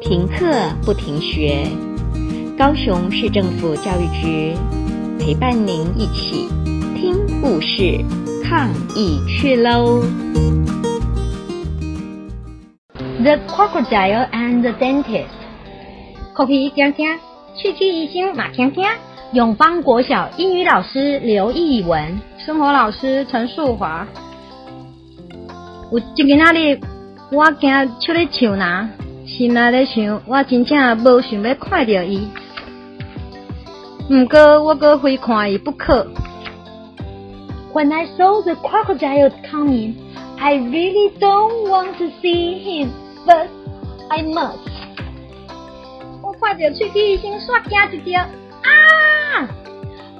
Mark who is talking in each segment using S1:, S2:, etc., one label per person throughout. S1: 停课不停学，高雄市政府教育局陪伴您一起听故事、抗疫去喽。The crocodile and the dentist，
S2: 口皮听听，喙齿医生马听听。
S1: 永邦国小英语老师刘义文，
S2: 生活老师陈树华，
S1: 有一今仔日，我惊出咧树呐，心内咧想，我真正无想要看到伊，
S2: 毋过我阁非看伊不可。
S3: When I saw the crocodile coming, I really don't want to see him, but I must.
S2: 我看着喙齿医生煞惊一跳。
S1: 啊
S3: Ah!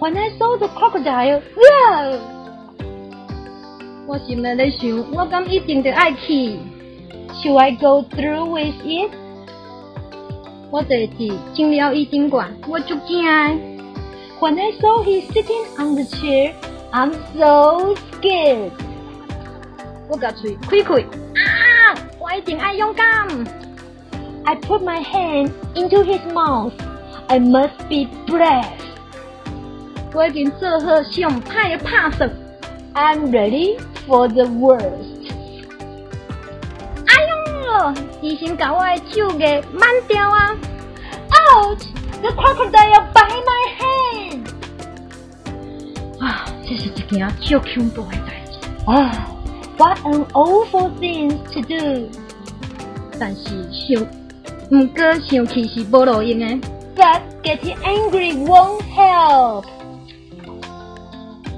S3: When I saw the crocodile, whoa!
S2: 我心内咧想，我敢一定着爱去。
S3: Should I go through with it?
S2: 我第一次进了医生馆，我就惊的。
S3: When I saw he sitting on the chair, I'm so scared.
S2: 我甲喙开开，啊！我一定爱勇敢。
S3: I put my hand into his mouth. I must be brave.
S2: 我已经做好上歹的拍算。
S3: I'm ready for the worst.
S2: 哎哟，医生甲我的手艺慢掉啊！
S3: Ouch! The crocodile bite my hand.
S2: 啊，这是一件足恐怖的代志。
S3: Ah, what an awful thing to do.
S2: 但是想，毋过想去是无路用的。
S3: But getting angry won't help.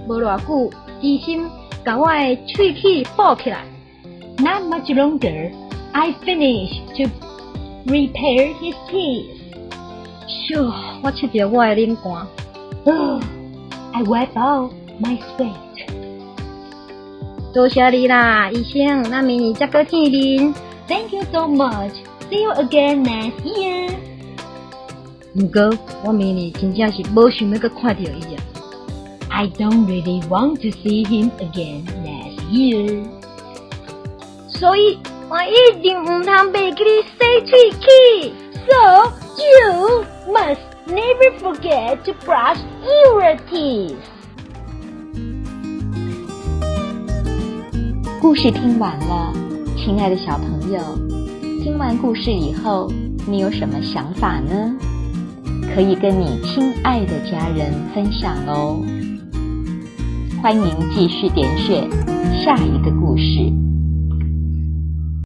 S2: 无偌久，医生甲我的喙齿补起来。
S3: Not much longer, I finished to repair his teeth.
S2: 咻，我擦着我的冷汗，
S3: I wipe out my sweat.
S2: 多谢你啦，医生，咱明年再搁见面。
S3: Thank you so much. See you again next year.
S2: 毋过，我明年真正是无想要搁看到伊啊。
S3: I don't really want to see him again next year.
S2: 所以我一定毋通袂记你洗喙齿。
S3: So you must never forget to brush your teeth.
S1: 故事听完了，亲爱的小朋友，听完故事以后，你有什么想法呢？可以跟你亲爱的家人分享哦。欢迎继续点选下一个故事。